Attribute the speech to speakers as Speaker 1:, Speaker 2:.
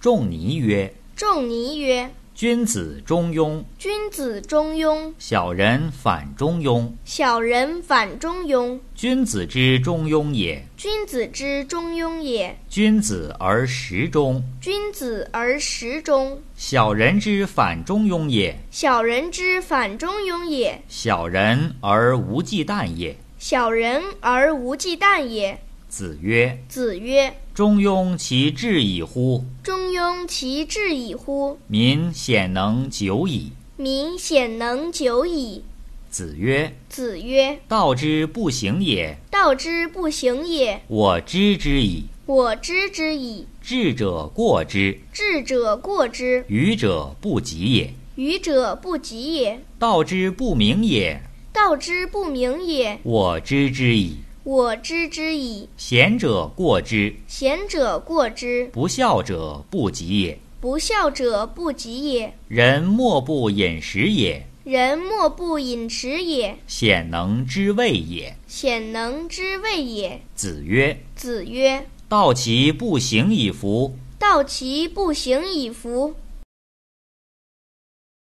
Speaker 1: 仲尼曰
Speaker 2: 仲尼曰：“
Speaker 1: 君子中庸，：“
Speaker 2: 君子中庸，
Speaker 1: 小人反中庸。
Speaker 2: 小人反中庸。
Speaker 1: 君子之中庸也，
Speaker 2: 君子之中庸也，
Speaker 1: 君子而时中；
Speaker 2: 君子而时中。
Speaker 1: 小人之反中庸也，
Speaker 2: 小人之反中庸也，
Speaker 1: 小人而无忌惮也。”
Speaker 2: 小人而无忌惮也。
Speaker 1: 子曰”
Speaker 2: 子曰：“
Speaker 1: 中庸其志矣乎！：“
Speaker 2: 中庸其志矣乎？
Speaker 1: 民显能久矣。
Speaker 2: 民显能久矣。”
Speaker 1: 子曰”
Speaker 2: 子曰：“
Speaker 1: 道之不行也，：“
Speaker 2: 道之不行也，
Speaker 1: 我知之矣。
Speaker 2: 我知之矣。
Speaker 1: 智者过之，
Speaker 2: 智者过之，
Speaker 1: 愚者不及也。
Speaker 2: 愚者不及也。
Speaker 1: 道之不明也，
Speaker 2: 道之不明也，
Speaker 1: 我知之矣。
Speaker 2: 我知之矣。
Speaker 1: 贤者过之，
Speaker 2: 贤者过之，
Speaker 1: 不孝者不及也。
Speaker 2: 不孝者不及也。
Speaker 1: 人莫不饮食也，
Speaker 2: 人莫不饮食也，
Speaker 1: 鲜能知味也。
Speaker 2: 鲜能知味也。”
Speaker 1: 子曰
Speaker 2: 子曰：“
Speaker 1: 道其不行以服，：“
Speaker 2: 道其不行以服，